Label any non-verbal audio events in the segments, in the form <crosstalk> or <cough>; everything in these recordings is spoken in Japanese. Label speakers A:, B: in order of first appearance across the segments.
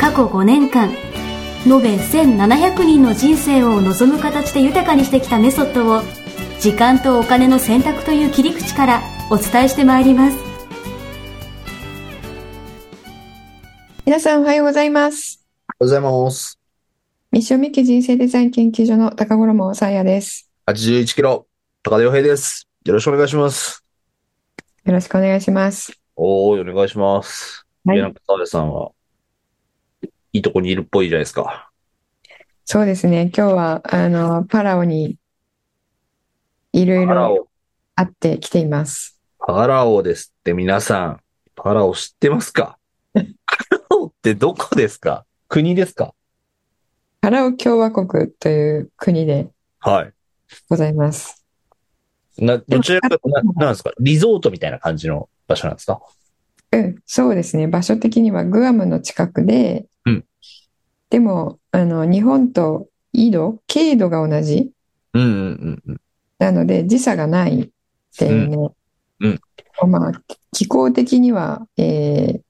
A: 過去5年間延べ1700人の人生を望む形で豊かにしてきたメソッドを時間とお金の選択という切り口からお伝えしてまいります
B: 皆さんおはようございます。
C: おはようございます。
B: ミッションミッキー人生デザイン研究所の高頃もさやです。
C: 81キロ、高田洋平です。よろしくお願いします。
B: よろしくお願いします。
C: おー、お願いします。
B: はい
C: いや、なんか澤部さんは、いいとこにいるっぽいじゃないですか。
B: そうですね。今日は、あの、パラオにいろい
C: パラ
B: ろ
C: オ。
B: 会ってきています。
C: パラオですって皆さん、パラオ知ってますかパラオってどこですか国ですか
B: パラオ共和国という国で
C: は
B: ございます。
C: い。な、どちらかというと、な、なんですかリゾートみたいな感じの場所なんですか
B: うん、そうですね。場所的にはグアムの近くで
C: うん、
B: でも、あの、日本と緯度、経度が同じ。
C: うんうんうん。
B: なので時差がないっていうね。
C: うん
B: まあ、気候的には、えー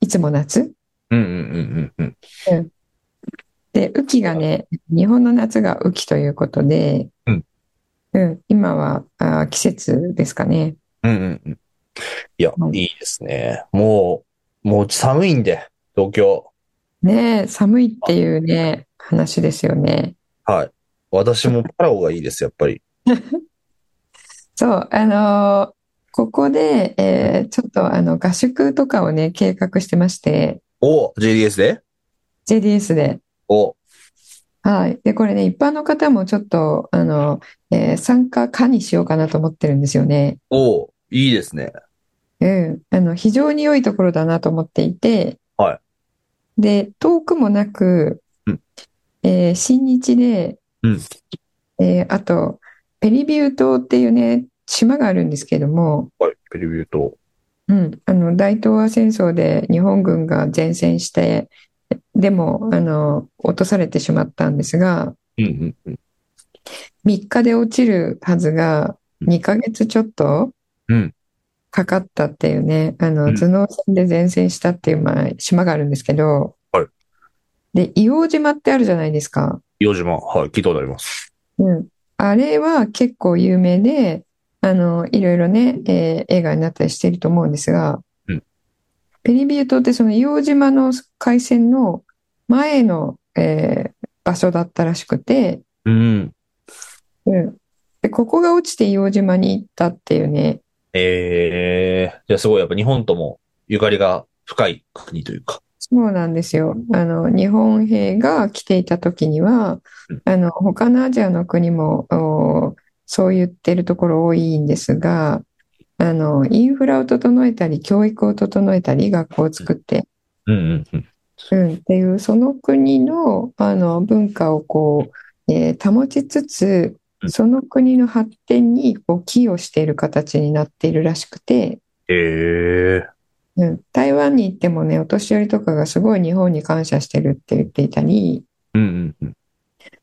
B: いつも夏。
C: うんうんうんうんうん。
B: で、雨季がね、日本の夏が雨季ということで、
C: うん
B: うん今はあー季節ですかね。
C: うんうんうん。いや、
B: うん
C: いいですね。もう、もう寒いんで、東京。
B: ねえ、寒いっていうね、話ですよね。
C: はい。私もパラオがいいです、やっぱり。
B: そう、あのーここで、えーちょっとあの合宿とかをね、計画してまして、
C: お !JDS で
B: JDS で。
C: お
B: はい。で、これね、一般の方もちょっと、あの、えー参加可にしようかなと思ってるんですよね。
C: おいいですね。
B: うん。あの、非常に良いところだなと思っていて、
C: は
B: で、遠くもなく
C: うん、
B: えー新日で
C: うん、
B: えーあと、ペリビュー島っていうね、島があるんですけども、
C: はい。ペリビューと。
B: うん、あの大東亜戦争で日本軍が善戦して、でも、あの、落とされてしまったんですが、
C: うんうんうん。
B: 3日で落ちるはずが、
C: うん
B: 2ヶ月ちょっと
C: うん
B: かかったっていうね、あ
C: う
B: の、
C: ん
B: 頭脳戦で前線したっていう、まあ、島があるんですけど
C: はい、
B: で、硫黄島ってあるじゃないですか。
C: 洋島、はい、聞いたことあります。
B: うん。あれは結構有名で、あの、いろいろね、えー映画になったりしてると思うんですが
C: うん、
B: ペリビュー島ってその硫黄島の海戦の前の、えー場所だったらしくて、
C: うん。
B: うん。で、ここが落ちて硫黄島に行ったっていうね。
C: ええー、じゃあすごい、やっぱ日本ともゆかりが深い国というか。
B: そうなんですよ。あの、日本兵が来ていた時には
C: うん、
B: あの、他のアジアの国も、おそう言ってるところ多いんですが、あの、インフラを整えたり、教育を整えたり、学校を作って、
C: うんうんうん。
B: うん、っていう、その国の、あの、文化をこう、えー保ちつつ
C: う、ん
B: その国の発展にこう寄与している形になっているらしくて、
C: ええ
B: うん、台湾に行ってもね、お年寄りとかがすごい日本に感謝してるって言っていたり、
C: うんうんうん。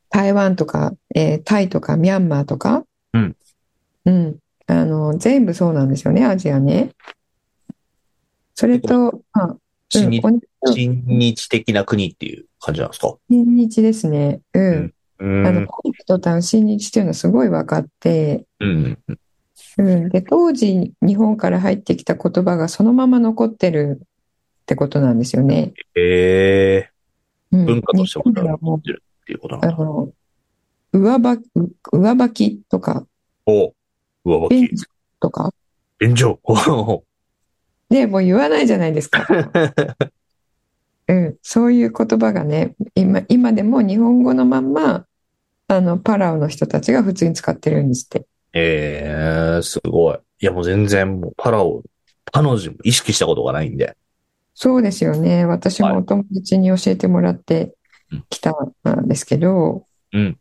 B: 台湾とか、えータイとかミャンマーとか、
C: うん。
B: うん。あの、全部そうなんですよね、アジアね。それと、まあ、うん、
C: 新日、
B: 同じ
C: 新日的な国っていう感じなんですか
B: 新日ですね。うん。
C: うんう
B: あの、。コンフトタウン新日っていうのはすごい分かって、
C: うん。
B: うん。で、当時日本から入ってきた言葉がそのまま残ってるってことなんですよね。
C: ええ
B: うん。
C: 文化としても
B: 日本ではもう
C: ってるっていうことな
B: あ
C: んだ。
B: の、上ば、上履きとか、
C: お上
B: ベン
C: 履
B: チ
C: き。
B: とか、
C: 炎上。お
B: で、もう言わないじゃないですか。
C: <laughs>
B: うん、そういう言葉がね、今、今でも日本語のまんま、あの、パラオの人たちが普通に使ってるんですって。
C: ええすごい。いや、もう全然、もう、パラオ、パの字も意識したことがないんで。
B: そうですよね。私もお友達に教えてもらってきたんですけど、
C: うん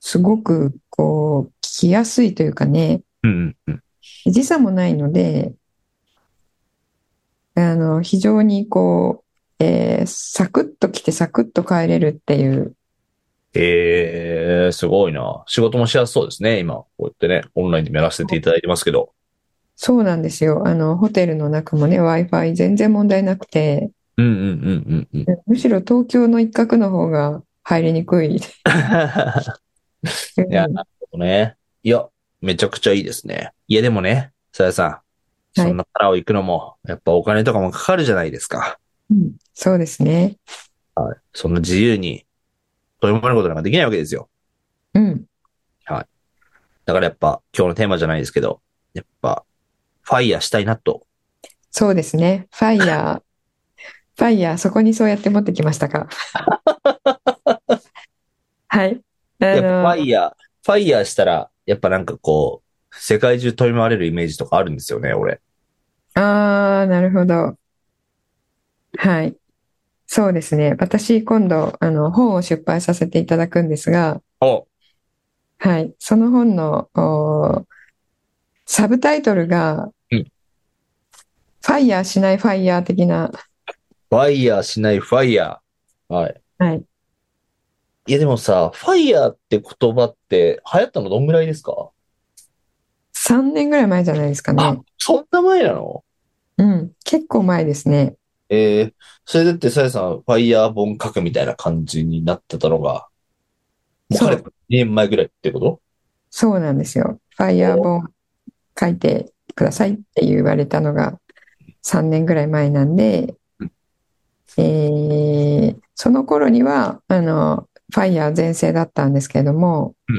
B: すごくこう、聞きやすいというかね、
C: うんうん
B: 時差もないので、あの、非常にこう、えーサクッと来てサクッと帰れるっていう、
C: ええー、すごいな。仕事もしやすそうですね、今。こうやってね、オンラインでもやらせていただいてますけど。
B: そうなんですよ。あの、ホテルの中もね、Wi-Fi 全然問題なくて、
C: うんうんうんうんうん。
B: むしろ東京の一角の方が入りにくい。
C: いや、なるほどね。いや、めちゃくちゃいいですね。いや、でもね、さやさん、
B: はい
C: そんなパラオ行くのも、やっぱお金とかもかかるじゃないですか。
B: うんそうですね。
C: そんな自由に、取り込まれることなんかできないわけですよ。
B: うん。
C: だからやっぱ、今日のテーマじゃないですけど、やっぱ、ファイヤーしたいなと。
B: そうですね。ファイヤ
C: <laughs>
B: ー。ファイヤー、そこにそうやって持ってきましたか。はい。あ
C: やっ
B: の
C: ぱファイヤー、ファイヤーしたら、やっぱなんかこう、世界中飛び回れるイメージとかあるんですよね、俺。
B: ああ、なるほど。はい。そうですね。私、今度、あの、本を出版させていただくんですが、
C: お
B: はい。その本の、おーサブタイトルが、
C: うん
B: ファイヤーしないファイヤー的な、
C: ファイヤーしないファイヤー。はい。
B: はい。
C: いやでもさ、ファイヤーって言葉って流行ったのどんぐらいですか
B: 3年ぐらい前じゃないですか
C: あ
B: ね。、
C: そんな前なの
B: うん。結構前ですね。
C: ええそれだってさやさん、ファイヤー本書くみたいな感じになってたのが、もう
B: そう
C: 彼2年前ぐらいってこと
B: そうなんですよ。ファイヤー本書いてくださいって言われたのが3年ぐらい前なんで
C: うん、
B: えーその頃には、あの、ファイヤー全盛だったんですけども
C: うん、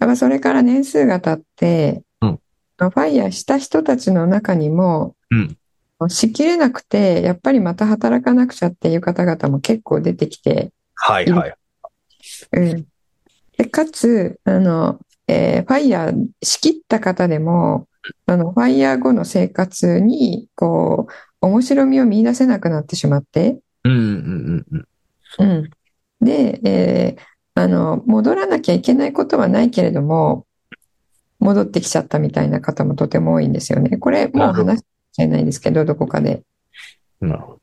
B: やっぱそれから年数が経って、
C: うん
B: ファイヤーした人たちの中にも、
C: うん。
B: しきれなくて、やっぱりまた働かなくちゃっていう方々も結構出てきて、
C: はいはい。
B: うんで、かつ、あの、えーファイヤーしきった方でも、あの、ファイヤー後の生活に、こう、面白みを見出せなくなってしまって、
C: うんうんうんうん。
B: うん。で、えーあの、戻らなきゃいけないことはないけれども、戻ってきちゃったみたいな方もとても多いんですよね。これ、もう話しちゃいないですけど、どこかで。
C: なるほど。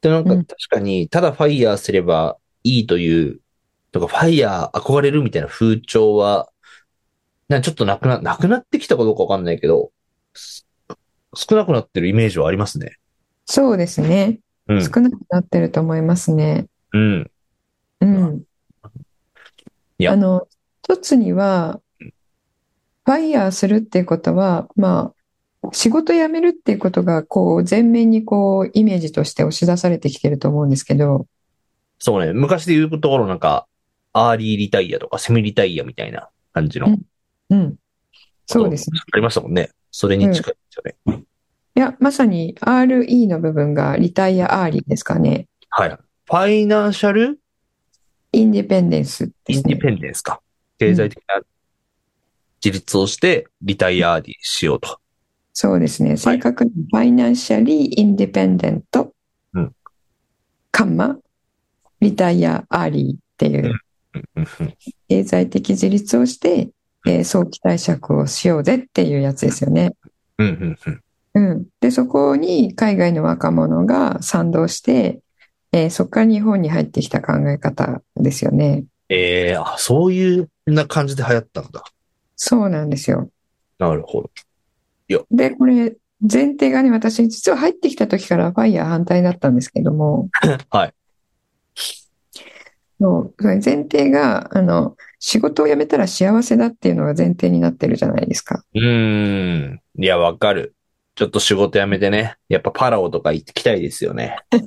C: で、なんか
B: うん
C: 確かに、ただファイヤーすればいいという、とか、ファイヤー憧れるみたいな風潮は、なんかちょっとなくな、なくなってきたかどうかわかんないけど、す少なくなってるイメージはありますね。
B: そうですね。
C: うん。
B: 少なくなってると思いますね。
C: うん。
B: うん。
C: いや
B: あの、一つには、ファイヤーするっていうことは、まあ、仕事辞めるっていうことが、こう、前面にこう、イメージとして押し出されてきてると思うんですけど、
C: そうね。昔で言うところなんか、アーリーリタイアとかセミリタイアみたいな感じの、
B: うんうん。そうですね。
C: ありましたもんね。それに近いですよね。
B: いや、まさに RE の部分がリタイアアーリーですかね。
C: はい。ファイナンシャル
B: インディペンデンスで
C: イン
B: す
C: デ
B: ね
C: ィ。ペンデンスか。経済的な自立をして、リタイアーディしようと。
B: そうですね。正確にファイナンシャリーインディペンデント
C: うん、
B: カンマ、リタイアアーリーっていう。
C: うんうん
B: 経済的自立をして、えー早期退職をしようぜっていうやつですよね。
C: うんうんうん
B: うん、でそこに海外の若者が賛同して、えーそこから日本に入ってきた考え方ですよね。
C: ええあ、そういうな感じで流行ったんだ。
B: そうなんですよ。
C: なるほど。
B: でこれ前提がね私実は入ってきた時からファイヤー反対だったんですけども
C: <laughs> はい。
B: そうそれ前提があの仕事を辞めたら幸せだっていうのが前提になってるじゃないですか。
C: うーん。いや、わかる。ちょっと仕事辞めてね。やっぱパラオとか行ってきたいですよね。 <laughs>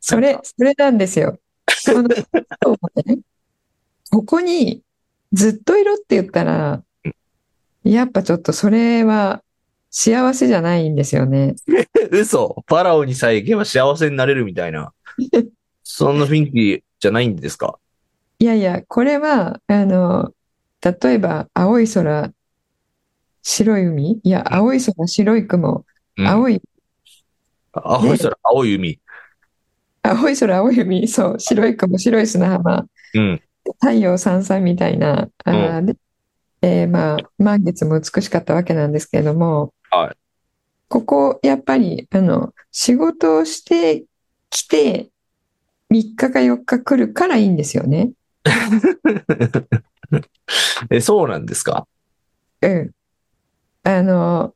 B: それ、それなんですよ。そのそうねここにずっといろって言ったら、やっぱちょっとそれは幸せじゃないんですよね。
C: 嘘パラオにさえ行けば幸せになれるみたい <laughs> な。そんな雰囲気じゃないんですか
B: いやいや、これは、あの、例えば青い空、白い海、いや、青い空、白い雲、 <laughs>
C: うん
B: 青い
C: 青い空、青い海。
B: 青い空、青い海、そう、白い雲、白い砂浜、
C: うん。
B: 太陽さんさんみたいな、あーで、えーまあ、満月も美しかったわけなんですけれども、
C: はい
B: ここ、やっぱり、あの、仕事をしてきて、3日か4日来るからいいんですよね。
C: え、そうなんですか
B: うん。あの、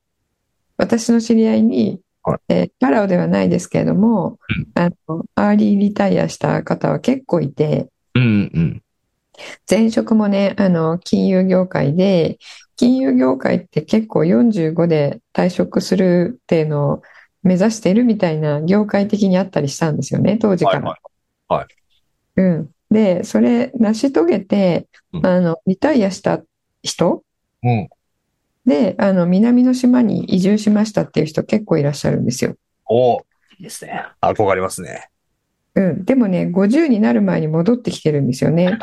B: 私の知り合いに
C: はい、
B: えーパラオではないですけれども
C: うん、
B: あの、アーリーリタイアした方は結構いて、
C: うんうん。
B: 前職もね、あの、金融業界で、金融業界って結構45で退職するっていうのを目指してるみたいな業界的にあったりしたんですよね、当時から。
C: はい
B: うん。で、それ成し遂げて、
C: うん
B: あの、リタイアした人
C: はい。うん。
B: で、あの、南の島に移住しましたっていう人結構いらっしゃるんですよ。
C: おーいいですね。憧れますね。
B: うん。でもね、50になる前に戻ってきてるんですよ
C: <laughs>
B: ね。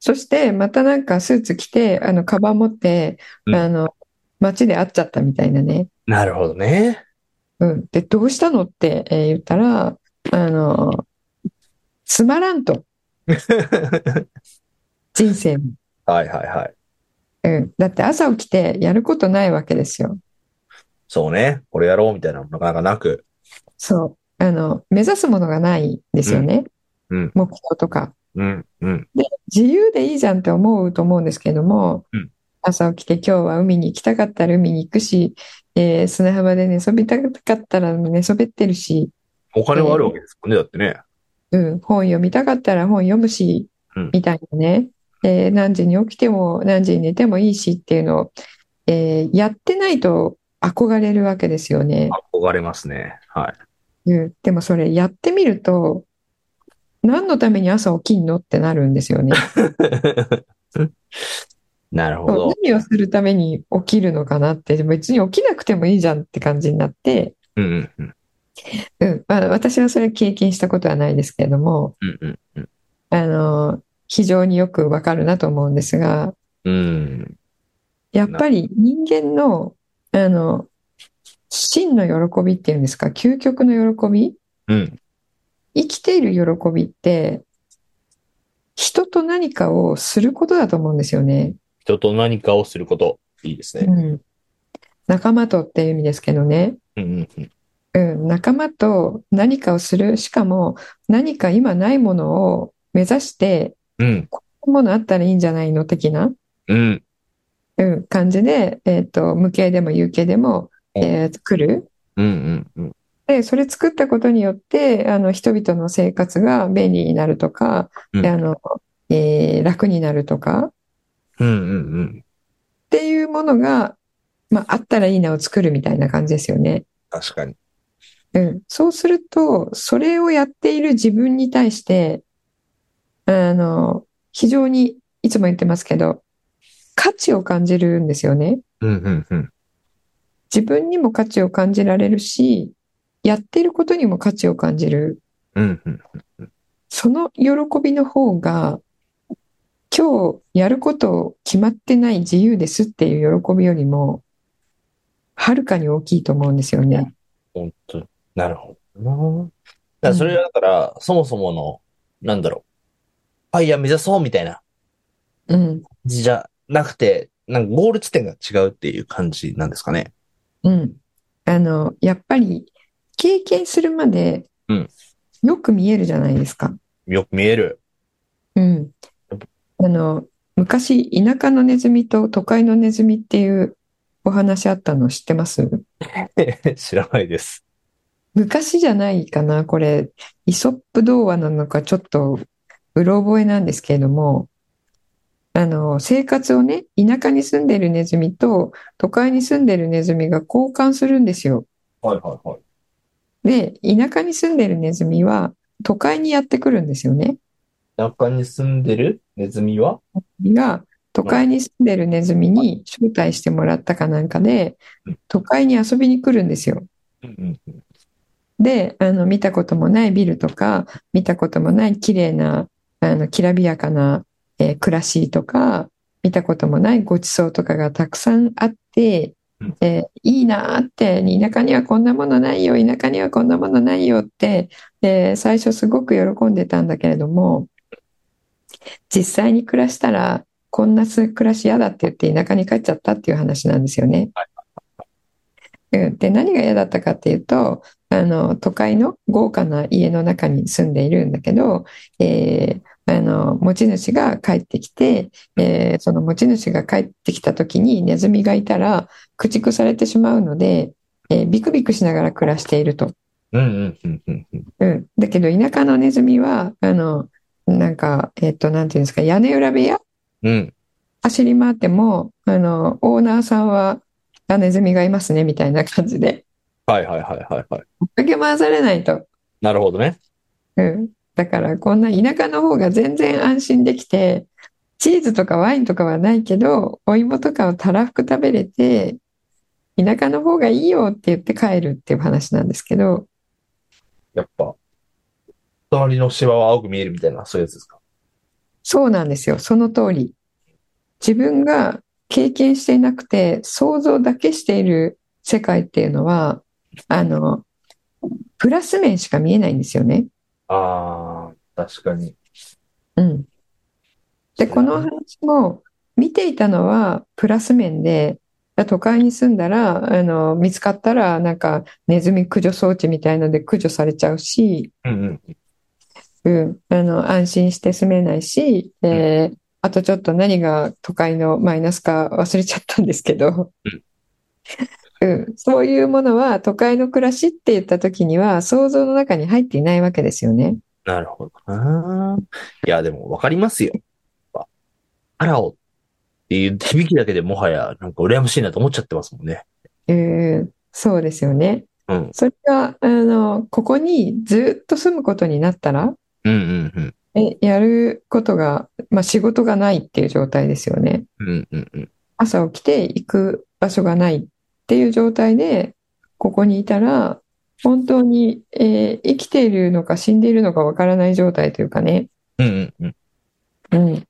B: そして、またなんかスーツ着て、あの、カバン持って、
C: うん
B: あの、街で会っちゃったみたいなね。
C: なるほどね。 <laughs>
B: うん。で、どうしたのって、えー言ったら、あの、つまらんと、人生も。
C: はいはいはい。
B: うん。だって朝起きてやることないわけですよ。
C: そうね。これやろうみたいなのもなかなかなく。
B: そう。あの、目指すものがないんですよね。
C: うんうん
B: 目標とか。
C: うんうん。
B: 自由でいいじゃんって思うと思うんですけども、
C: うん
B: 朝起きて今日は海に行きたかったら海に行くし、えー砂浜で寝そべりたかったら寝そべってるし、
C: お金はあるわけですもんね。だってね。
B: うん、本読みたかったら本読むし
C: うん、
B: みたいなね、えー何時に起きても何時に寝てもいいしっていうのを、えーやってないと憧れるわけですよね。
C: 憧れますね。はい。 <laughs>
B: うん、でもそれやってみると、何のために朝起きんのってなるんですよね。
C: なるほ
B: そう
C: ど。
B: 何をするために起きるのかなって、別に起きなくてもいいじゃんって感じになって、
C: うんうんうん。
B: うん、あの私はそれ経験したことはないですけれども、
C: うんうんうん。
B: あの、非常によくわかるなと思うんですが、
C: うん。
B: やっぱり人間の、あの、真の喜びっていうんですか、究極の喜び、
C: うん。
B: 生きている喜びって、人と何かをすることだと思うんですよね。
C: 人と何かをすること。いいです
B: う
C: ね。
B: ん。仲間とっていう意味ですけどね。
C: うんうんうん。
B: うん、仲間と何かをする、しかも何か今ないものを目指して、
C: うん。
B: こういうものあったらいいんじゃないの的な、
C: うん。
B: うん、感じで、えっと、無形でも有形でも、
C: うん
B: えー来る。
C: うんうんうん。
B: で、それ作ったことによって、あの、人々の生活が便利になるとか、
C: うん
B: であの、えー楽になるとか、っ
C: うんうんうん。
B: ていうものが、まあ、あったらいいなを作るみたいな感じですよね。
C: 確かに。
B: うん、そうすると、それをやっている自分に対して、あの、非常にいつも言ってますけど、価値を感じるんですよね。
C: うんうんうん。
B: 自分にも価値を感じられるし、やっていることにも価値を感じる。
C: うんうん。
B: その喜びの方が、今日やること決まってない自由ですっていう喜びよりも、はるかに大きいと思うんですよね。
C: 本当になるほどな。だからそれはだから、そもそもの、なんだろう。ファイヤー目指そうみたいな
B: うん。
C: 感じじゃなくて、なんかゴール地点が違うっていう感じなんですかね。
B: うん。あの、やっぱり経験するまで
C: うん
B: よく見えるじゃないですか。
C: よく見える。
B: うん。あの、昔、田舎のネズミと都会のネズミっていうお話あったの知ってます
C: <laughs> 知らないです。
B: 昔じゃないかな、これ。イソップ童話なのか、ちょっとうろ覚えなんですけれども、あの、生活をね、田舎に住んでるネズミと都会に住んでるネズミが交換するんですよ。
C: はいはいはい。
B: で、田舎に住んでるネズミは都会にやってくるんですよね。
C: 中に住んでるネズミは
B: が、都会に住んでるネズミに招待してもらったかなんかで
C: うん、
B: 都会に遊びに来るんですよ。
C: うんうん。
B: で、あの、見たこともないビルとか、見たこともない綺麗な、あの、きらびやかな、えー暮らしとか、見たこともないごちそうとかがたくさんあって、
C: うん
B: えーいいなーって、田舎にはこんなものないよ、田舎にはこんなものないよって、で、最初すごく喜んでたんだけれども、実際に暮らしたら、こんなす暮らし嫌だって言って田舎に帰っちゃったっていう話なんですよね。うん、で、何が嫌だったかっていうと、あの、都会の豪華な家の中に住んでいるんだけど、えーあの、持ち主が帰ってきて、えーその持ち主が帰ってきた時にネズミがいたら駆逐されてしまうので、えービクビクしながら暮らしていると。
C: うんうんうんうんうん。
B: うん。だけど田舎のネズミは、あの、なんか、えっと、なんていうんですか、屋根裏部屋
C: うん。
B: 走り回っても、あの、オーナーさんは、あ、ネズミがいますね、みたいな感じで。 <laughs>
C: はいはいはいはいはい。
B: かけ回されないと。
C: なるほどね。
B: うん。だから、こんな田舎の方が全然安心できて、チーズとかワインとかはないけど、お芋とかをたらふく食べれて、田舎の方がいいよって言って帰るっていう話なんですけど、
C: やっぱ、隣の芝は青く見えるみたいな、そういうやつですか。
B: そうなんですよ。その通り。自分が経験していなくて、想像だけしている世界っていうのは、あの、プラス面しか見えないんですよね。
C: ああ、確かに。
B: うん。で、この話も見ていたのはプラス面で、都会に住んだら、あの、見つかったら、なんか、ネズミ駆除装置みたいので駆除されちゃうし、
C: うんうん。
B: うん、あの、安心して住めないし、えーあとちょっと何が都会のマイナスか忘れちゃったんですけど、 <laughs> うん、そういうものは都会の暮らしって言った時には想像の中に入っていないわけですよね。
C: なるほどな。いや、でもわかりますよ。やっぱパラオっていう響きだけでもはや、なんか羨ましいなと思っちゃってますもんね。
B: えーそうですよね。
C: うん。
B: それが、あの、ここにずっと住むことになったら、
C: うんうんうん。
B: え、やることが、まあ、仕事がないっていう状態ですよね。
C: うんうんうん。
B: 朝起きて行く場所がないっていう状態で、ここにいたら、本当に、えー生きているのか死んでいるのかわからない状態というかね、
C: うんうんうん。
B: うん、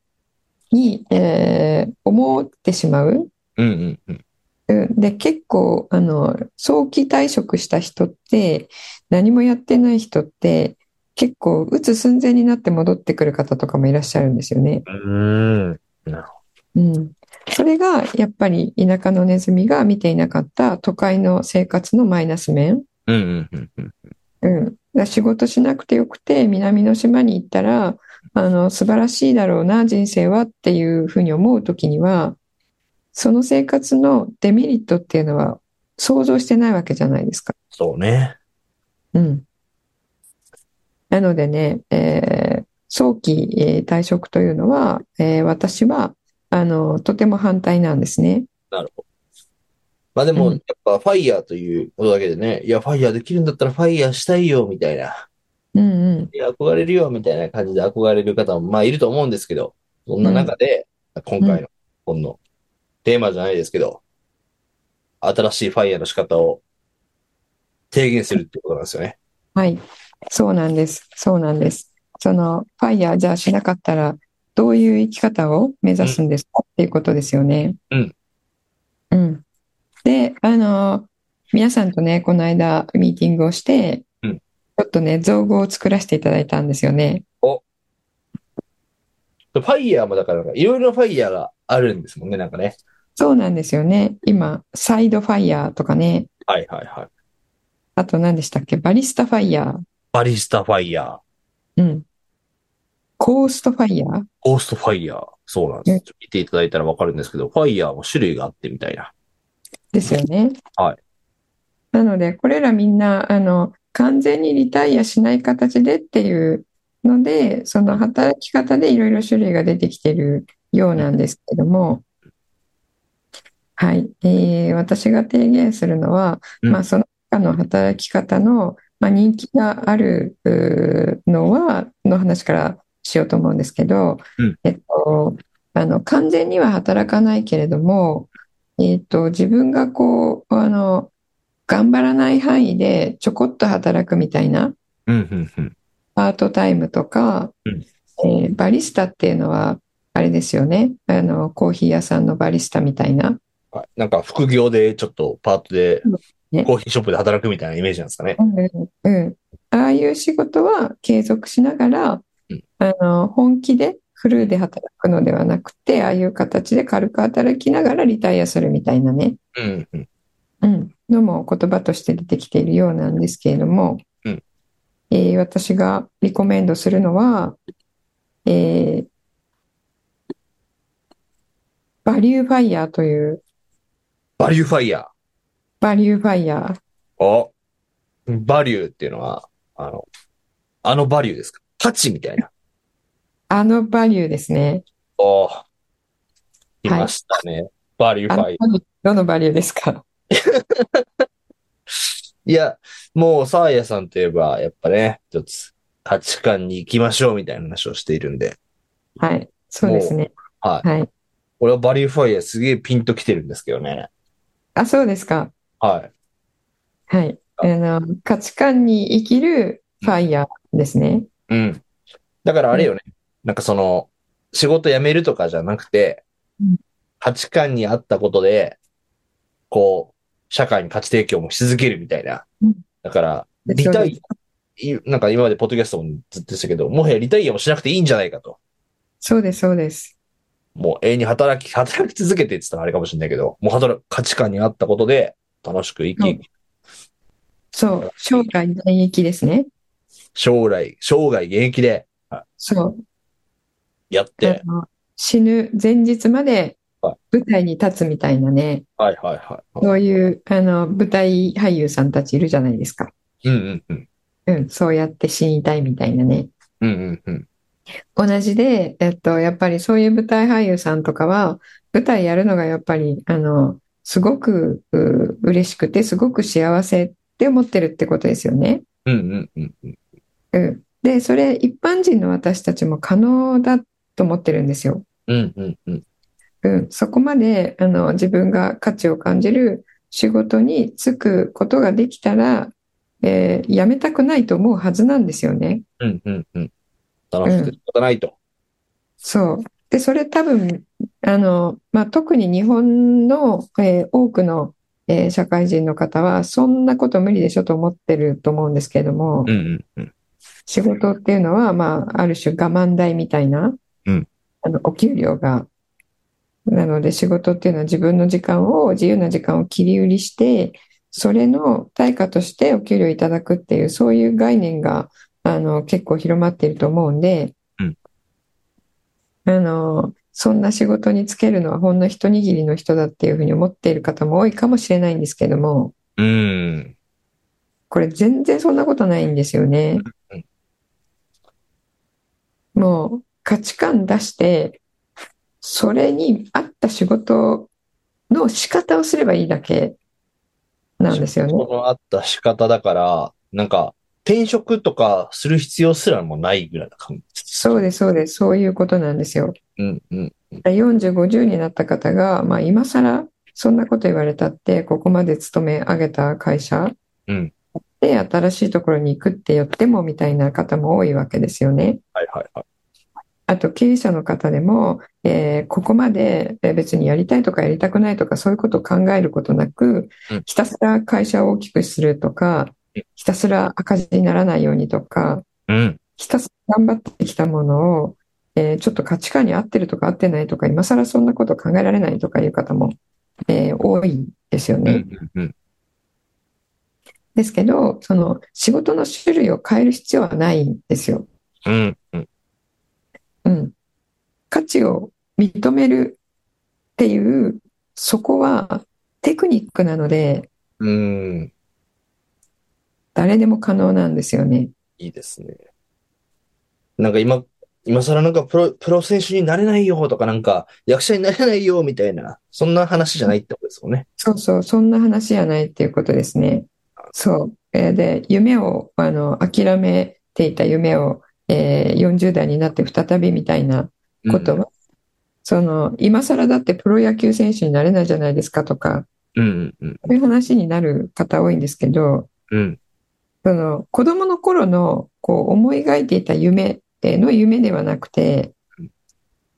B: に、えー思ってしまう。
C: うんうんうん。
B: うんで、結構、あの、早期退職した人って、何もやってない人って、結構、うつ寸前になって戻ってくる方とかもいらっしゃるんですよね。
C: うん。
B: うん。それが、やっぱり、田舎のネズミが見ていなかった都会の生活のマイナス面。
C: うんうんうんうん。
B: うん。だから仕事しなくてよくて、南の島に行ったら、あの、素晴らしいだろうな、人生はっていうふうに思うときには、その生活のデメリットっていうのは想像してないわけじゃないですか。
C: そうね。
B: うん。なのでね、えー早期、えー退職というのは、えー私は、あの、とても反対なんですね。
C: まあでも、
B: うん
C: やっぱファイヤーということだけでね、いや、ファイヤーできるんだったらファイヤーしたいよ、みたいな。
B: うんうん。
C: いや、憧れるよ、みたいな感じで憧れる方も、まあいると思うんですけど、そんな中で、今回の本のテーマじゃないですけど、新しいファイヤーの仕方を提言するってことなんですよね。
B: はい。そうなんです。そうなんです。その、ファイヤーじゃあしなかったら、どういう生き方を目指すんですかっていうことですよね。
C: うん。
B: うん。で、あの、皆さんとね、この間、ミーティングをして、
C: うん
B: ちょっとね、造語を作らせていただいたんですよね。
C: ファイヤーもだから、いろいろファイヤーがあるんですもんね、なんかね。
B: そうなんですよね。今、サイドファイヤーとかね。
C: はいはいはい。
B: あと何でしたっけバリスタファイヤ
C: バリスタファイヤー、
B: ー。うん。コーストファイヤー。
C: ゴーストファイヤー、そうなんです。見ていただいたらわかるんですけど、ファイヤーも種類があってみたいな。
B: ですよね。
C: はい。
B: なので、これらみんな、あの、完全にリタイアしない形でっていうので、その働き方でいろいろ種類が出てきてるようなんですけども、はい。えー私が提言するのは、
C: うん
B: まあ、その他の働き方の、まあ、人気があるうーのは、の話からしようと思うんですけど、
C: うん
B: えっと、あの、完全には働かないけれども、えっと、自分がこう、あの、頑張らない範囲でちょこっと働くみたいな、
C: うん、うん、うん。
B: パートタイムとか、
C: うん
B: えーバリスタっていうのは、あれですよね。あの、コーヒー屋さんのバリスタみたいな。
C: はいなんか副業でちょっとパートで
B: ね
C: コーヒーショップで働くみたいなイメージなんですかね。
B: うんうん、ああいう仕事は継続しながら
C: うん、
B: あの、本気でフルで働くのではなくて、ああいう形で軽く働きながらリタイアするみたいなね、
C: うん、うん。
B: うん、のも言葉として出てきているようなんですけれども、
C: うん
B: えー私がリコメンドするのは、えーバリューファイヤーという、
C: バリューファイヤ
B: バリューファイヤー、
C: ー。おバリューっていうのは、あの、あのバリューですか価値みたいな。
B: あのバリューですね。
C: おー来ましたね。バリュー
B: あ
C: フ
B: の
C: ァイヤー。
B: どのバリューですか
C: いや、もう、サーヤさんといえば、やっぱね、一つ、価値観に行きましょうみたいな話をしているんで、
B: はい、そうですね。
C: はい。
B: はい。
C: 俺はバリューファイヤーすげえピンときてるんですけどね。
B: あ、そうですか。
C: はい。
B: はい。あの、価値観に生きるファイヤーですね。
C: うん。だからあれよね、なんかその、仕事辞めるとかじゃなくて
B: うん、
C: 価値観に合ったことで、こう、社会に価値提供もし続けるみたいな
B: うん。
C: だから、
B: で
C: リタ
B: そうで
C: イア、なんか今までポッドキャストもずっとしたけど、もはやリタイアもしなくていいんじゃないかと。
B: そうです、そうです。
C: もう永遠に働き、働き続けてって言ったらあれかもしれないけど、もう働く価値観に合ったことで、楽しく生き、
B: うんそう。生涯現役ですね。
C: 将来、生涯現役で
B: そう。
C: やって、
B: あの死ぬ前日まで
C: は
B: 舞台に立つみたいなね。
C: はいはいはい。
B: そういう、あの、舞台俳優さんたちいるじゃないですか。
C: うんうんうん。
B: うん、そうやって死にたいみたいなね。
C: うんうんうん。
B: 同じで、えっと、やっぱりそういう舞台俳優さんとかは、舞台やるのがやっぱり、あの、すごく、う嬉しくて、すごく幸せって思ってるってことですよね。
C: うんうんうんうん。
B: うん。で、それ、一般人の私たちも可能だと思ってるんですよ。
C: うんうんうん。
B: うん。そこまで、あの、自分が価値を感じる仕事に就くことができたら、えー辞めたくないと思うはずなんですよね。
C: うんうんうん。楽しく仕方ないと。
B: そう。で、それ多分、あの、まあ、特に日本の、えー多くの、えー社会人の方は、そんなこと無理でしょと思ってると思うんですけれども
C: う、んうんうん。
B: 仕事っていうのは、まあ、ある種我慢代みたいな
C: うん、
B: あの、お給料が、なので仕事っていうのは自分の時間を、自由な時間を切り売りして、それの対価としてお給料いただくっていう、そういう概念が、あの、結構広まっていると思うんで
C: うん、
B: あの、そんな仕事に就けるのはほんの一握りの人だっていうふうに思っている方も多いかもしれないんですけども、
C: うん。
B: これ全然そんなことないんですよね
C: うん。
B: もう価値観出して、それに合った仕事の仕方をすればいいだけなんですよ
C: そ
B: ね。
C: のあった仕方だから、なんか、転職とかする必要すらもないぐらいな感じ。
B: そうです、そうです。そういうことなんですよ。
C: うんうん。
B: 40、50になった方が、まあ今更そんなこと言われたって、ここまで勤め上げた会社
C: うん
B: で新しいところに行くって言ってもみたいな方も多いわけですよね。
C: はいはいはい。
B: あと経営者の方でも、えーここまでえー別にやりたいとかやりたくないとかそういうことを考えることなく
C: うん、
B: ひたすら会社を大きくするとか
C: うん、
B: ひたすら赤字にならないようにとか、
C: うん。
B: ひたすら頑張ってきたものを、えーちょっと価値観に合ってるとか合ってないとか、今更そんなこと考えられないとかいう方も、えー多いですよ
C: うんう
B: ね。
C: んうん。
B: ですけど、その仕事の種類を変える必要はないんですよ。
C: うんうん。
B: うん。価値を認めるっていう、そこはテクニックなので、
C: うん。
B: 誰でも可能なんですよね。
C: いいですね。なんか今、今更なんかプロ、プロ選手になれないよとかなんか役者になれないよみたいな、そんな話じゃないってことですもんね。
B: そうそう、そんな話じゃないっていうことですね。そう。えーで、夢を、あの、諦めていた夢を、えー40代になって再びみたいなことは、その、今更だってプロ野球選手になれないじゃないですかとか、
C: うんうんうん
B: そういう話になる方多いんですけど、
C: うん
B: その子供の頃のこう思い描いていた夢っての夢ではなくて
C: うん、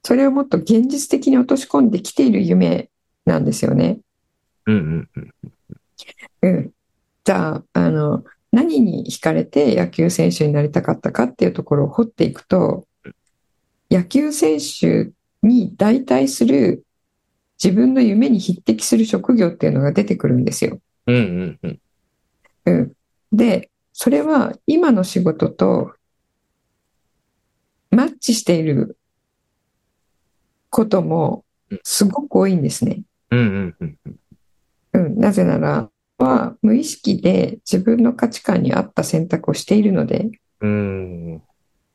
B: それをもっと現実的に落とし込んできている夢なんですよね。
C: うんうんうん。
B: うん。じゃあ、あの、何に惹かれて野球選手になりたかったかっていうところを掘っていくと、野球選手に代替する自分の夢に匹敵する職業っていうのが出てくるんですよ。
C: うんうんうん。
B: うん。で、それは今の仕事とマッチしていることもすごく多いんですね。
C: うんうんうん。
B: うん、なぜならは無意識で自分の価値観に合った選択をしているので、
C: うん。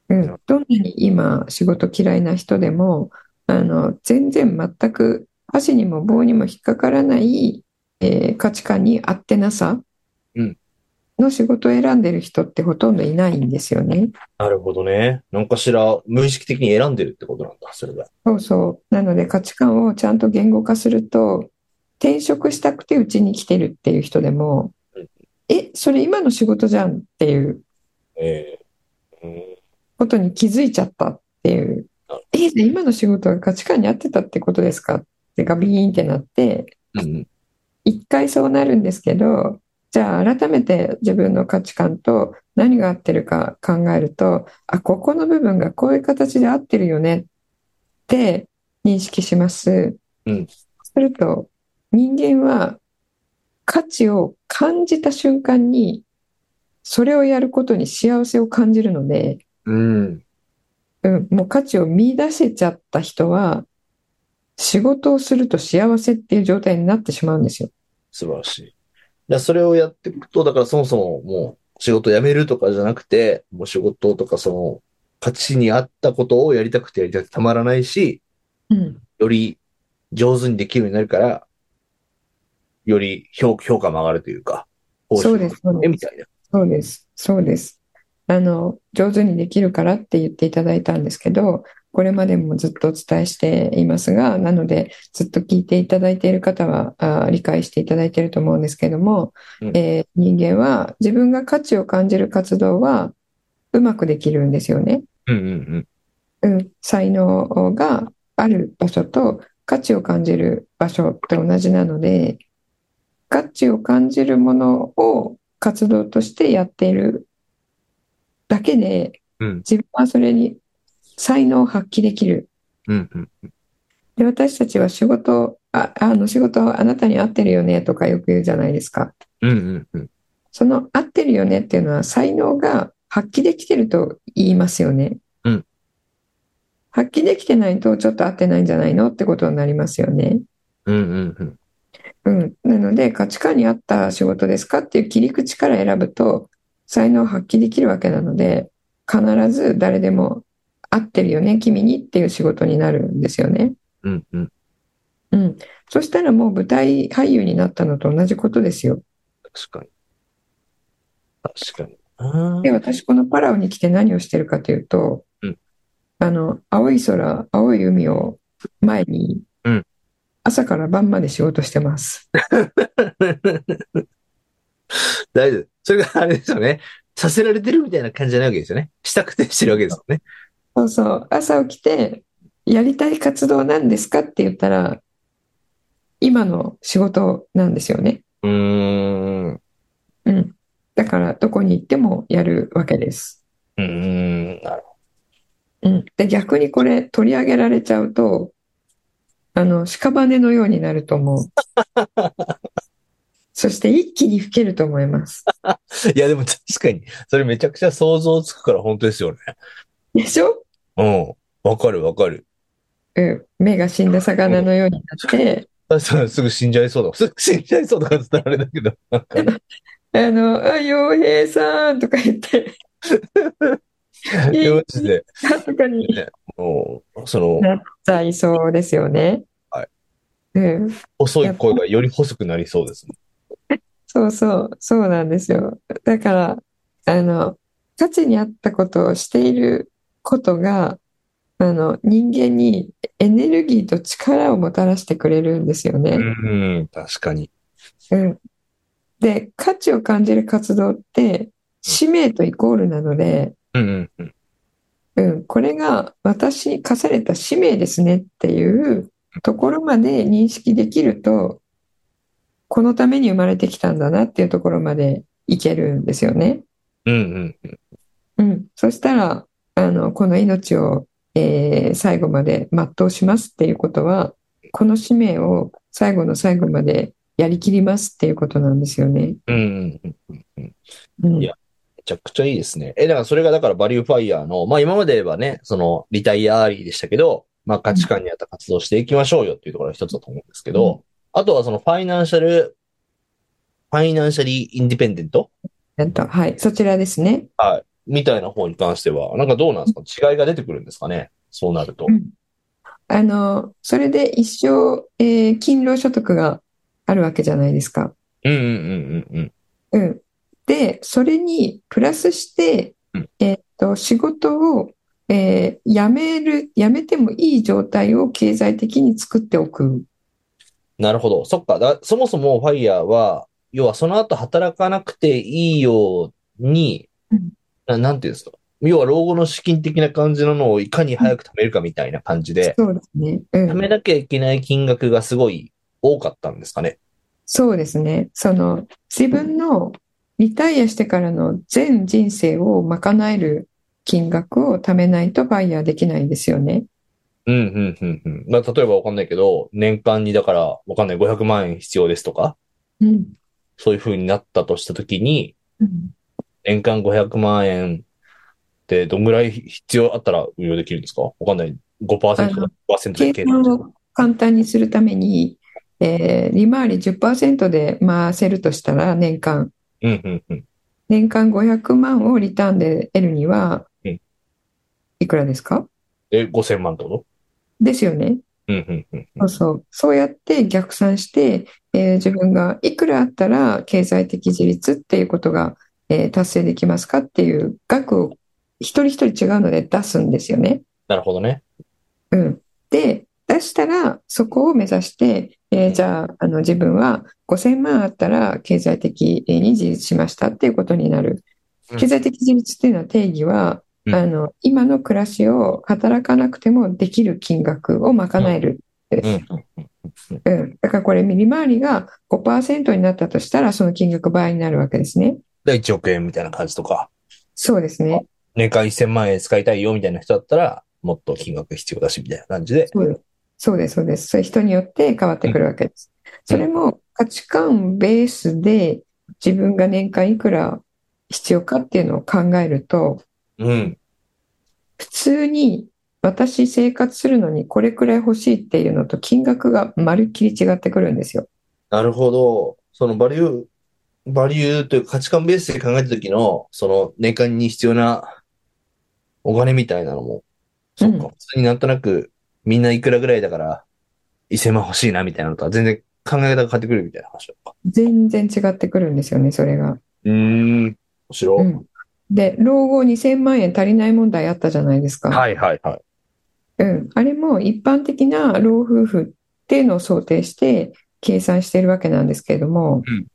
B: うん、どんなに今仕事嫌いな人でもあの全然全く箸にも棒にも引っかからない、えー価値観に合ってなさ
C: うん
B: の仕事を選んでる人ってほとんどいないんですよね。
C: なるほどね。なんかしら無意識的に選んでるってことなんだ、それが。
B: そうそう。なので価値観をちゃんと言語化すると、転職したくてうちに来てるっていう人でも
C: うん、
B: え、それ今の仕事じゃんっていう
C: ええうん
B: ことに気づいちゃったっていう
C: なる。
B: え、で今の仕事が価値観に合ってたってことですかってガビーンってなって、
C: うん
B: 一回そうなるんですけど、じゃあ改めて自分の価値観と何が合ってるか考えると、あ、ここの部分がこういう形で合ってるよねって認識します。
C: うん
B: すると、人間は価値を感じた瞬間に、それをやることに幸せを感じるので、
C: うん。
B: うん、もう価値を見出せちゃった人は、仕事をすると幸せっていう状態になってしまうんですよ。
C: 素晴らしい。だそれをやっていくと、だからそもそももう仕事辞めるとかじゃなくて、もう仕事とかその価値に合ったことをやりたくてやりたくてたまらないし、
B: うん、
C: より上手にできるようになるから、より評評価も上がるというか、報酬
B: そうですそうです
C: みたいな。
B: そうです。そうです。あの、上手にできるからって言っていただいたんですけど、これまでもずっとお伝えしていますが、なので、ずっと聞いていただいている方は、あー理解していただいていると思うんですけども、
C: うん
B: えー人間は自分が価値を感じる活動はうまくできるんですよね。
C: うんう
B: う
C: ん
B: ん、才能がある場所と価値を感じる場所って同じなので、価値を感じるものを活動としてやっているだけで、
C: うん
B: 自分はそれに才能を発揮できる。
C: うん。うんうん。
B: で、私たちは仕事、あ、あの仕事はあなたに合ってるよねとかよく言うじゃないですか。
C: うんうんうん。
B: その合ってるよねっていうのは才能が発揮できてると言いますよね。
C: うん
B: 発揮できてないとちょっと合ってないんじゃないのってことになりますよね。
C: うんうんうん。
B: うん。なので価値観に合った仕事ですかっていう切り口から選ぶと才能を発揮できるわけなので必ず誰でも合ってるよね君にっていう仕事になるんですよね。
C: うんうん。
B: うん。そしたらもう舞台俳優になったのと同じことですよ。
C: 確かに。確かに。あ
B: で、私このパラオに来て何をしてるかというと
C: うん、
B: あの、青い空、青い海を前に
C: うん、
B: 朝から晩まで仕事してます。
C: <laughs> 大丈夫。それがあれですよね。させられてるみたいな感じじゃないわけですよね。したくてしてるわけですよね。
B: そうそう、朝起きて、やりたい活動なんですかって言ったら、今の仕事なんですよね。
C: うーん。う
B: うん。だから、どこに行ってもやるわけです。
C: ーん。なるほ
B: うん。で、逆にこれ取り上げられちゃうと、あの、屍のようになると思
C: <laughs>
B: う。そして一気に老けると思います。
C: ど。いや、でも確かに、それめちゃくちゃ想像つくから本当ですよね。
B: でしょ
C: うん。わかるわかる。
B: うん。目が死んだ魚のようになって、
C: あそうすぐ死んじゃいそうだ。すぐ死んじゃいそうだから伝われだけど。なんか
B: あの、あ、洋平さんとか言って、いい
C: マジで、
B: なんとかに
C: もう、その、
B: なっちゃいそうですよね。
C: はい。
B: うん。
C: 細い声がより細くなりそうですね。
B: そうそう、そうなんですよ。だから、あの、価値に合ったことをしていることが、あの、人間にエネルギーと力をもたらしてくれるんですよね。
C: うん、確かに。
B: うん。で、価値を感じる活動って、使命とイコールなので、
C: うんうんうん。
B: うん、これが私に課された使命ですねっていうところまで認識できると、このために生まれてきたんだなっていうところまでいけるんですよね。
C: うん
B: うん、そしたらあのこの命を、えー最後まで全うしますっていうことはこの使命を最後の最後までやりきりますっていうことなんですよね。
C: うん。うんうん。
B: うん、
C: いやめちゃくちゃいいですね。え、だからそれがだからバリューファイヤーの、まあ今まではね、そのリタイアアリーでしたけど、まあ価値観に合った活動をしていきましょうよっていうところが一つだと思うんですけど、あとはそのファイナンシャル、ファイナンシャリーインディペンデント
B: なんとはい、そちらですね。
C: みたいな方に関しては、なんかどうなんですか違いが出てくるんですかねそうなると。
B: あのそれで一生、えー勤労所得があるわけじゃないですか。
C: うんうんうんうんうん。
B: うん、でそれにプラスして
C: うん、
B: えーっと仕事を、えー辞める辞めてもいい状態を経済的に作っておく。
C: なるほど。そっか。だ、そもそもファイヤーは、要はその後働かなくていいように
B: うん、
C: な、なんていうんですか。要は老後の資金的な感じなのをいかに早く貯めるかみたいな感じで、
B: そうですね。うん
C: 貯めなきゃいけない金額がすごい多かったんですかね。
B: そうですね。その自分のリタイアしてからの全人生を賄える金額を貯めないとファイヤーできないんですよね。
C: うん、うん、うん、うん。まあ、例えばわかんないけど、年間にだから、わかんない500万円必要ですとか、
B: うん。
C: そういう風になったとしたときに、年間500万円ってどんぐらい必要あったら運用できるんですかわかんない。5%
B: あ
C: だ、5%
B: 計
C: で計
B: 算
C: 算して
B: を簡単にするために、えー利回り10%で回せるとしたら年間、
C: うんうんうん。
B: 年間500万をリターンで得るには
C: うん、
B: いくらですか
C: え、5000万ってこと
B: ですよね。
C: うんうんうん
B: そうそう。そうやって逆算して、えー自分がいくらあったら経済的自立っていうことが、えー達成できますかっていう額を一人一人違うので出すんですよね。
C: なるほどね。
B: うん。で、出したらそこを目指して、えーじゃあ、あの自分は5000万あったら経済的に自立しましたっていうことになる
C: うん。
B: 経済的自立っていうのは定義は、
C: うん
B: あの今の暮らしを働かなくてもできる金額を賄える。
C: うんうん
B: うん、だからこれ、利回りが5%になったとしたら、その金額倍になるわけですね。
C: で、1億円みたいな感じとか、
B: そうですね。
C: 年間1000万円使いたいよみたいな人だったら、もっと金額必要だし、みたいな感じで。
B: そうです。そうです、そうです。それ人によって変わってくるわけです。それも価値観ベースで自分が年間いくら必要かっていうのを考えると、
C: うん。
B: 普通に私生活するのにこれくらい欲しいっていうのと金額がまるっきり違ってくるんですよ。
C: なるほど。そのバリュー、バリューというか価値観ベースで考えた時の、その年間に必要なお金みたいなのも、そっか、
B: うん
C: 普通になんとなくみんないくらぐらいだから、1000万欲しいなみたいなのとは全然考え方が変わってくるみたいな話だった。
B: 全然違ってくるんですよね、それが。
C: うーん。面白。
B: うん、で、老後2000万円足りない問題あったじゃないですか。
C: はいはいはい。
B: うん、あれも一般的な老夫婦っていうのを想定して計算しているわけなんですけれども
C: うん、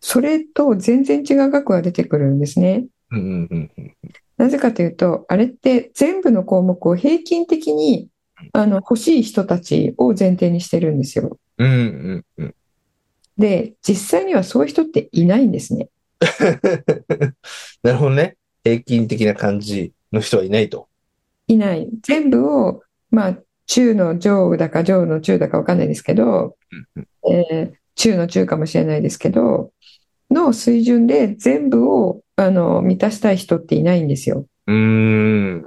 B: それと全然違う額が出てくるんですね。
C: うんうんうんうん。
B: なぜかというと、あれって全部の項目を平均的にあの欲しい人たちを前提にしてるんですよ。
C: うんうんうん。 <laughs>
B: で、実際にはそういう人っていないんですね。
C: なるほどね。平均的な感じの人はいないと。
B: いない。全部を、まあ、中の上だか上の中だかわかんないですけど、えー中の中かもしれないですけど、の水準で全部をあの満たしたい人っていないんですよ。
C: うーん。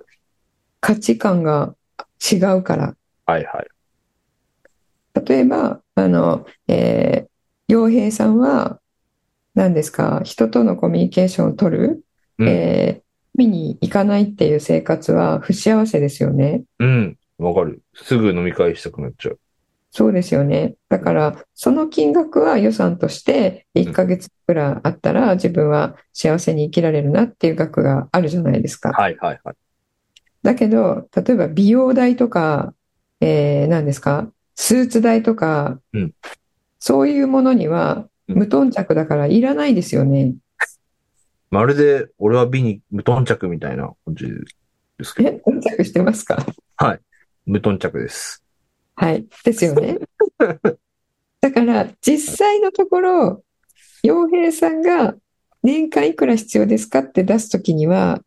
B: 価値観が違うから。
C: はいはい。
B: 例えば、あの、えー、洋平さんは、何ですか、人とのコミュニケーションを取る、
C: うん
B: えー見に行かないっていう生活は不幸せですよね。
C: うん。わかる。すぐ飲み会したくなっちゃう。
B: そうですよね。だから、その金額は予算として1ヶ月いくらあったら自分は幸せに生きられるなっていう額があるじゃないですか。
C: はいはいはい。
B: だけど、例えば美容代とか、えー、何ですか、スーツ代とか
C: うん、
B: そういうものには
C: うん
B: 無頓着だからいらないですよね。
C: まるで、俺は美に無頓着みたいな感じですけ
B: え、
C: ど。
B: 無頓着してますか
C: 無頓着です。
B: はい。ですよ
C: <laughs>
B: ね。だから、実際のところ、洋平さんが年間いくら必要ですかって出すときには、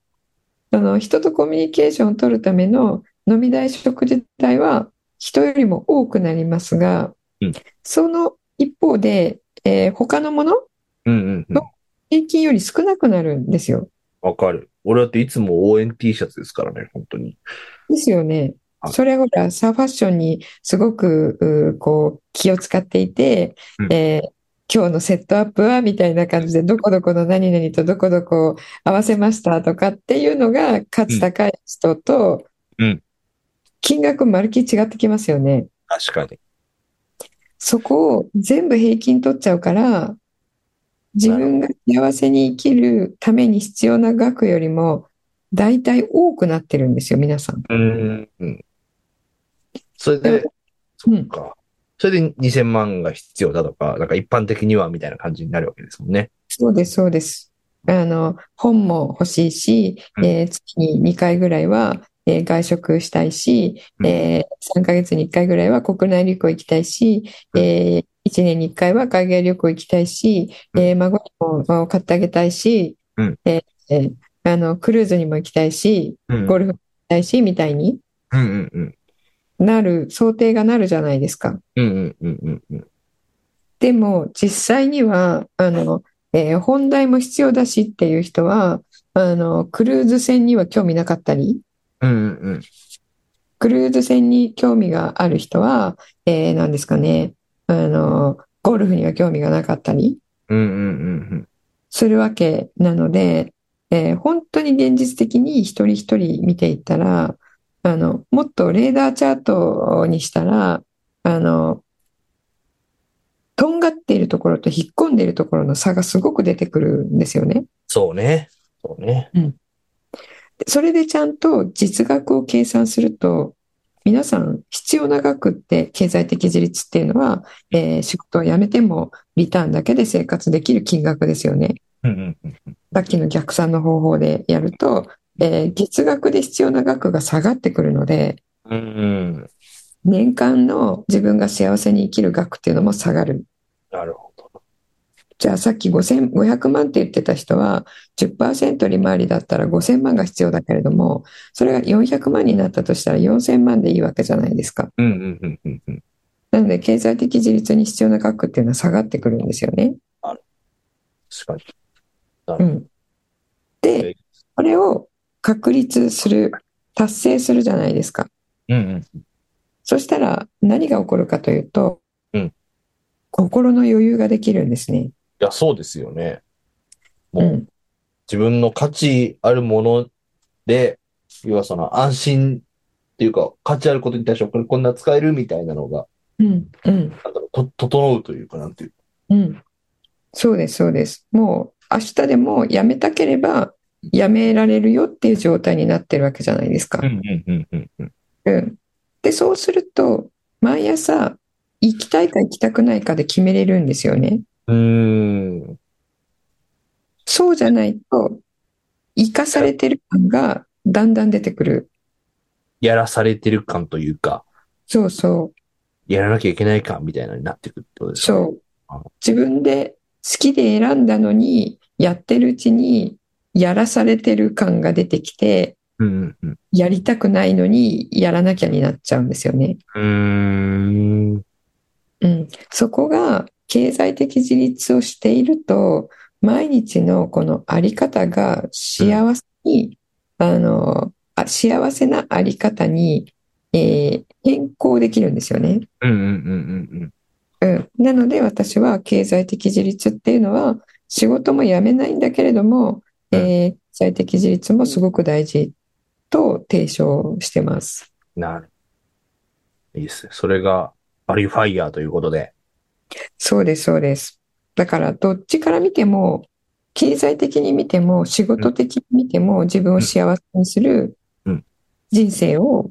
B: その人とコミュニケーションを取るための飲み代、食事代は人よりも多くなりますが
C: うん、
B: その一方で、えー他のもの、
C: うんうんうん。
B: 平均より少なくなるんですよ。
C: わかる。俺だっていつも応援 T シャツですからね、本当に。
B: ですよね
C: は。い
B: それはほら、サーファッションにすごく、うこう、気を使っていて、
C: うん
B: えー今日のセットアップは、みたいな感じで、どこどこの何々とどこどこを合わせましたとかっていうのが、価値高い人と、
C: うん
B: 金額まるっきり違ってきますよね。
C: 確かに。
B: そこを全部平均取っちゃうから、自分が幸せに生きるために必要な額よりも、大体多くなってるんですよ、皆さん。
C: うん。うん。それで
B: で、
C: そっか。それで2000万が必要だとか、なんか一般的にはみたいな感じになるわけですもんね。
B: そうです、そうです。あの、本も欲しいし、
C: うん
B: えー月に2回ぐらいは、えー外食したいし、
C: うん
B: え3ヶ月に1回ぐらいは国内旅行行きたいし、
C: うん
B: え1年に1回は海外旅行行きたいし、
C: うん
B: えー孫にもまあ買ってあげたいし、
C: うん
B: えーえーあの、クルーズにも行きたいし、
C: うん
B: ゴルフも行きたいし、みたいに
C: うんうんうん。
B: なる、想定がなるじゃないですか。
C: うんうんうんうんうん。
B: でも実際にはあの、えー本題も必要だしっていう人はあのクルーズ船には興味なかったり
C: うんうんうん。
B: クルーズ船に興味がある人は、えー何ですかねあのゴルフには興味がなかったり
C: うんうんうん
B: するわけなので、えー本当に現実的に一人一人見ていったらあのもっとレーダーチャートにしたらあのとんがっているところと引っ込んでいるところの差がすごく出てくるんですよね。
C: そうね。そうね。
B: でそれでちゃんと実額を計算すると皆さん必要な額って経済的自立っていうのは、えー仕事を辞めてもリターンだけで生活できる金額ですよね。
C: うんうんうん。
B: さっきの逆算の方法でやると、えー月額で必要な額が下がってくるので、
C: うんうん。
B: 年間の自分が幸せに生きる額っていうのも下がる。
C: なるほど。
B: じゃあさっき5000 500万って言ってた人は、10%利回りだったら5000万が必要だけれども、それが400万になったとしたら4000万でいいわけじゃないですか。
C: うんうんうんうんうん。
B: なので経済的自立に必要な額っていうのは下がってくるんですよね。
C: 確か
B: う
C: に。
B: ん、
C: は
B: で
C: い、
B: これを確立する、達成するじゃないですか。
C: うんうん。
B: そしたら何が起こるかというと、
C: うん
B: 心の余裕ができるんですね。
C: いや、そうですよね。も
B: う
C: う、
B: ん、
C: 自分の価値あるもので、要はその安心っていうか、価値あることに対してこれこんな使えるみたいなのが、
B: うん、うん、
C: なんだろう、と、整うというか、なんていう。
B: うん。そうです、そうです。もう明日でもやめたければやめられるよっていう状態になってるわけじゃないですか。
C: んうんうんうん。
B: うん、で、そうすると、毎朝行きたいか行きたくないかで決めれるんですよね。
C: うん。うーん。
B: そうじゃないと、生かされてる感がだんだん出てくる。
C: やらされてる感というか、
B: そうそう。
C: やらなきゃいけない感みたいなのになってくるってことですか
B: そう
C: あ。
B: 自分で好きで選んだのに、やってるうちに、やらされてる感が出てきて、
C: うんうんうん。
B: やりたくないのに、やらなきゃになっちゃうんですよね。
C: うーん。
B: うん。そこが、経済的自立をしていると、毎日のこのあり方が幸せに、あの、あ幸せなあり方に、えー変更できるんですよね。
C: うんうんうんうんうん。
B: うん、なので私は経済的自立っていうのは仕事も辞めないんだけれども、
C: うん
B: えー経済的自立もすごく大事と提唱してます。
C: なる。いいですね。それが、バリューファイヤーということで。
B: そうです、そうです。だからどっちから見ても経済的に見ても仕事的に見ても自分を幸せにする
C: うん
B: 人生を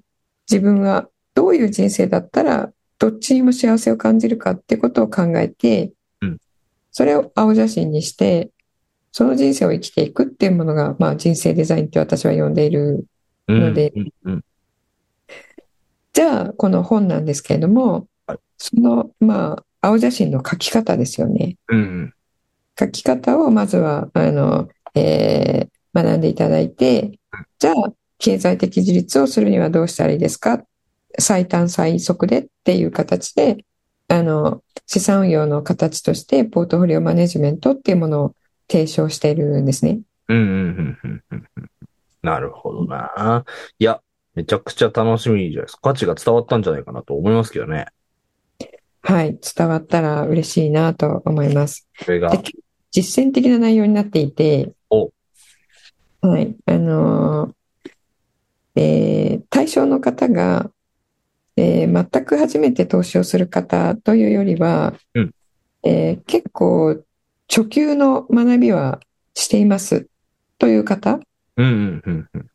B: 自分はどういう人生だったらどっちにも幸せを感じるかってことを考えて
C: うん
B: それを青写真にしてその人生を生きていくっていうものが、まあ、人生デザインって私は呼んでいる
C: うん
B: ので
C: うんうん。
B: じゃあ、この本なんですけれども、その、まあ、青写真の書き方ですよね。
C: うん。
B: 書き方をまずは、あの、えー学んでいただいて、じゃあ、経済的自立をするにはどうしたらいいですか最短最速でっていう形で、あの、資産運用の形として、ポートフォリオマネジメントっていうものを提唱しているんですね。
C: うんうんうんうんうんうん。なるほどな。いや、めちゃくちゃ楽しみじゃないですか。価値が伝わったんじゃないかなと思いますけどね。
B: はい、伝わったら嬉しいなと思います。
C: これが。
B: で実践的な内容になっていて
C: お、
B: はい、あのーえー対象の方が、えー全く初めて投資をする方というよりは、
C: うん
B: えー結構、初級の学びはしていますという方
C: うんうんうんうん。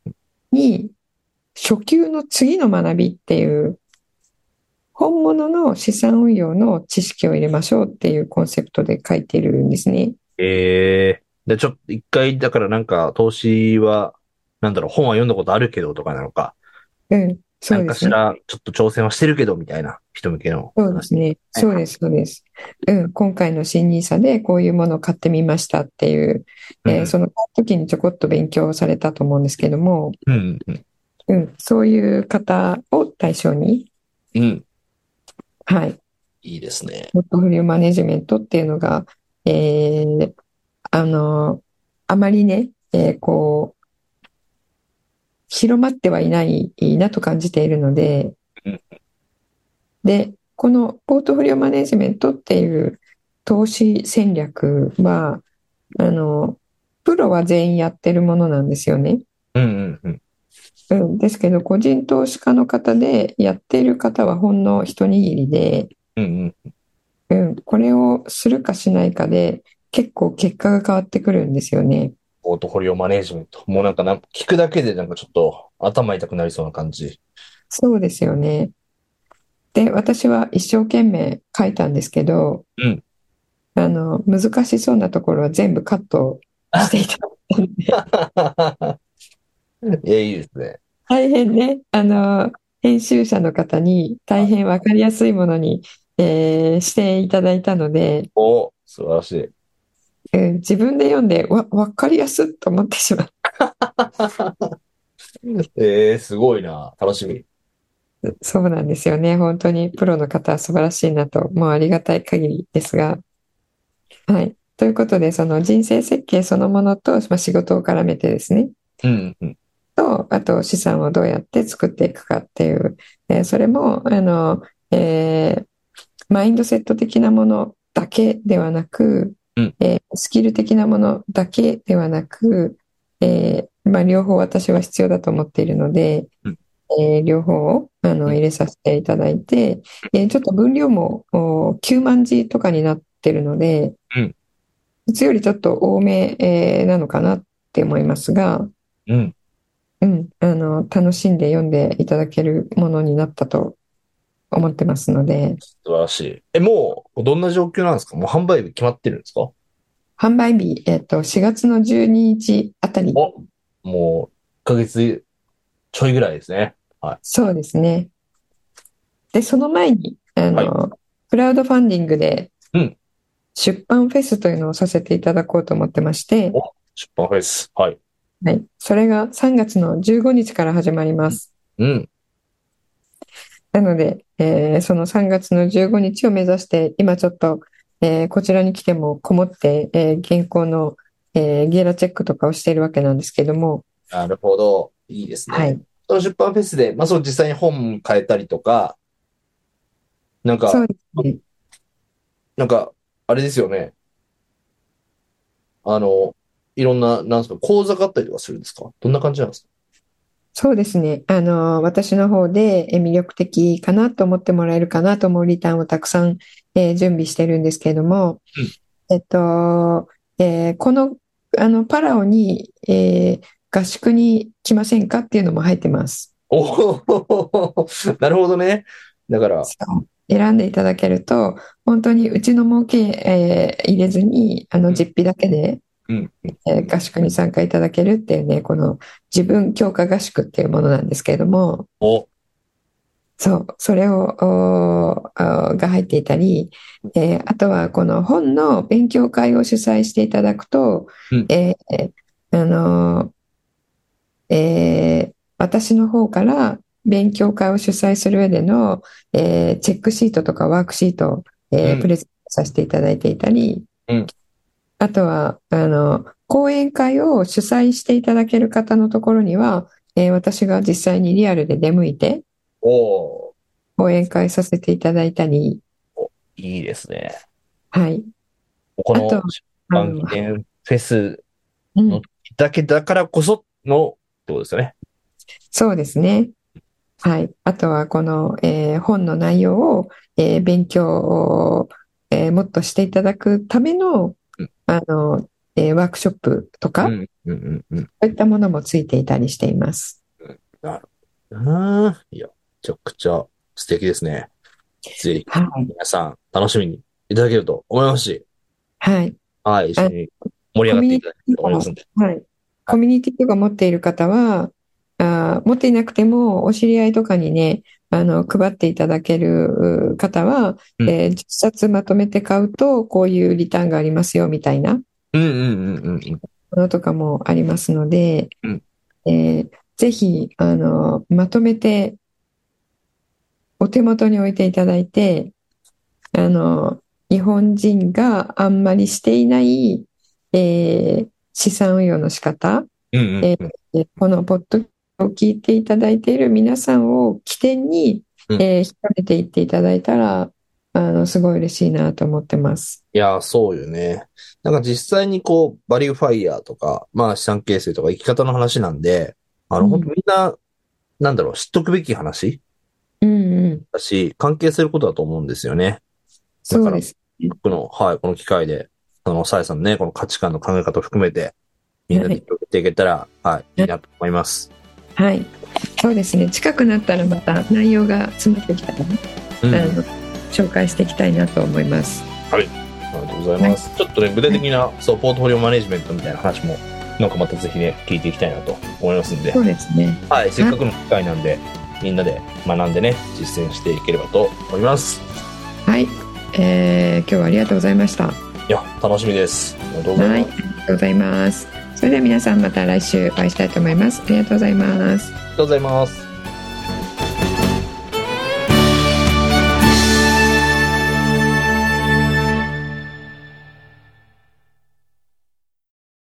B: に、初級の次の学びっていう、本物の資産運用の知識を入れましょうっていうコンセプトで書いてるんですね。
C: ええで、ちょっと一回、だからなんか、投資は、なんだろう、本は読んだことあるけどとかなのか、
B: うん、そう
C: なん
B: で
C: か
B: す
C: し
B: ね。
C: ら、ちょっと挑戦はしてるけど、みたいな人向けの
B: そうですね。そうです、そうです。うん、今回の新 NISA でこういうものを買ってみましたっていう、
C: うん
B: えーその時にちょこっと勉強されたと思うんですけども、
C: うんうん
B: うん、そういう方を対象に、
C: うん。うん。
B: はい、
C: いいですね。
B: ポートフォリオマネジメントっていうのが、えーあの、あまりね、えーこう、広まってはいないなと感じているので
C: うん、
B: で、このポートフォリオマネジメントっていう投資戦略は、あの、プロは全員やってるものなんですよね。
C: うんうんうん。
B: うん、ですけど、個人投資家の方でやっている方はほんの一握りで、
C: うんうん。
B: うん、これをするかしないかで結構結果が変わってくるんですよね。
C: ポートフォリオマネジメント。もうなんかなん、聞くだけでなんかちょっと頭痛くなりそうな感じ。 <laughs>
B: そうですよね。で、私は一生懸命書いたんですけど、
C: うん
B: あの、難しそうなところは全部カットして
C: <laughs>
B: いた。
C: ええ、いいですね。
B: 大変ね、あの、編集者の方に大変わかりやすいものに、えーしていただいたので、
C: お、素晴らしい。
B: うん自分で読んで、わ、わかりやすっと思ってしまう。
C: ええ、すごいな。楽しみ。
B: そうなんですよね。本当にプロの方は素晴らしいなと、もうありがたい限りですが。はい。ということで、その人生設計そのものと、まあ、仕事を絡めてですね、
C: うんうん。
B: と、あと資産をどうやって作っていくかっていう、えーそれも、あの、えーマインドセット的なものだけではなく、
C: うん
B: えースキル的なものだけではなく、えーまあ、両方私は必要だと思っているので、
C: うん
B: えー両方をあ
C: うん
B: の入れさせていただいて、えーちょっと分量もおー9万字とかになってるので、
C: うん
B: 普通よりちょっと多め、えーなのかなって思いますが、
C: うん。
B: うん、あの、楽しんで読んでいただけるものになったと思ってますので、
C: 素晴らしい。え、もう、どんな状況なんですかもう販売日決まってるんですか
B: 販売日、えっと、4月の12日あたり、
C: お、もう、1ヶ月ちょいぐらいですね。
B: そうですね。で、その前に、あの、
C: は
B: クラウドファンディングで
C: うん、
B: 出版フェスというのをさせていただこうと思ってまして
C: お、出版フェス。はい。
B: はい、それが3月の15日から始まります。
C: うん。
B: なので、えーその3月の15日を目指して、今ちょっと、えーこちらに来てもこもって、えー原稿の、えーゲラチェックとかをしているわけなんですけども、
C: なるほど。いいですね。
B: はい。
C: その出版フェスで、まあ、そう実際に本変えたりとか、なんか、
B: そうですね。
C: なんか、あれですよね。あの、いろんな、なんですか、講座があったりとかするんですかどんな感じなんですか
B: そうですね。あの、私の方でえー魅力的かなと思ってもらえるかなと思うリターンをたくさん、えー準備してるんですけれども、えっと、えーこの、あの、パラオに、えー合宿に来ませんかっていうのも入ってます。
C: おお <laughs> なるほどね。だから、
B: 選んでいただけると、本当にうちの儲け、えー入れずに、あ
C: う
B: の、
C: ん
B: 実費だけで、
C: うん。
B: えー合宿に参加いただけるっていうね、この自分強化合宿っていうものなんですけれども、
C: お、
B: そう、それを、おーおーが入っていたり、えーあとはこの本の勉強会を主催していただくと
C: うん、
B: えーあのーえー私の方から勉強会を主催する上での、えーチェックシートとかワークシートを、えー
C: うん
B: プレゼントさせていただいていたり
C: うん、
B: あとは、あの、講演会を主催していただける方のところには、えー私が実際にリアルで出向いて、
C: おー
B: 講演会させていただいたり、
C: いいですね。
B: はい。
C: この
B: あとあ
C: 番
B: の
C: 記念フェス
B: うん、
C: だけだからこその、ってことですよね。
B: そうですね。はい。あとは、この、えー本の内容を、えー勉強を、えーもっとしていただくための
C: うん、
B: あの、えーワークショップと
C: う
B: か、
C: ん、うん、うん、うん。
B: そういったものもついていたりしています。
C: うん。いや、めちゃくちゃ素敵ですね。ぜひ、
B: はい。
C: 皆さん、楽しみにいただけると思いますし、
B: はい。
C: はい、一緒に盛り上がっていただけると思いますんで。
B: はい。コミュニティとか持っている方は、あー持っていなくても、お知り合いとかにね、あの、配っていただけるう方は、
C: うん
B: えー10冊まとめて買うと、こういうリターンがありますよ、みたいな
C: うん、うん、うん、うん。
B: ものとかもありますので
C: うん、
B: えーぜひ、あの、まとめて、お手元に置いていただいて、あの、日本人があんまりしていない、えー資産運用の仕方、
C: うん、うん、うん。
B: えーこのポッドキャストを聞いていただいている皆さんを起点に、
C: うん
B: えー広めていっていただいたら、あの、すごい嬉しいなと思ってます。
C: いやー、そうよね。なんか実際にこう、バリューファイヤーとか、まあ資産形成とか生き方の話なんで、あ
B: う
C: の、
B: ん
C: ほんとみんな、なんだろう、知っとくべき話
B: うんうん。
C: だし、関係することだと思うんですよね。
B: そうです。
C: この、はい、この機会で、その、さえさんのね、この価値観の考え方を含めて、みんなで広げていけたら、はい、いいなと思います。
B: はい。そうですね。近くなったらまた内容が詰まってきたらね、
C: うん。
B: あの、紹介していきたいなと思います。
C: ありがとうございます。ちょっとね、具体的な、そう、ポートフォリオマネジメントみたいな話も、なんかまたぜひね、聞いていきたいなと思いますんで
B: そ、うですね。
C: はい、せっかくの機会なんで、みんなで学んでね、実践していければと思います。
B: はい。えー今日はありがとうございました。はい
C: や、楽しみです。ありがとう
B: い。
C: ござ
B: あり
C: います。
B: がとうございます。それでは皆さんまた来週お会いしたいと思います。ありがとうございます。
C: ありがとうございます。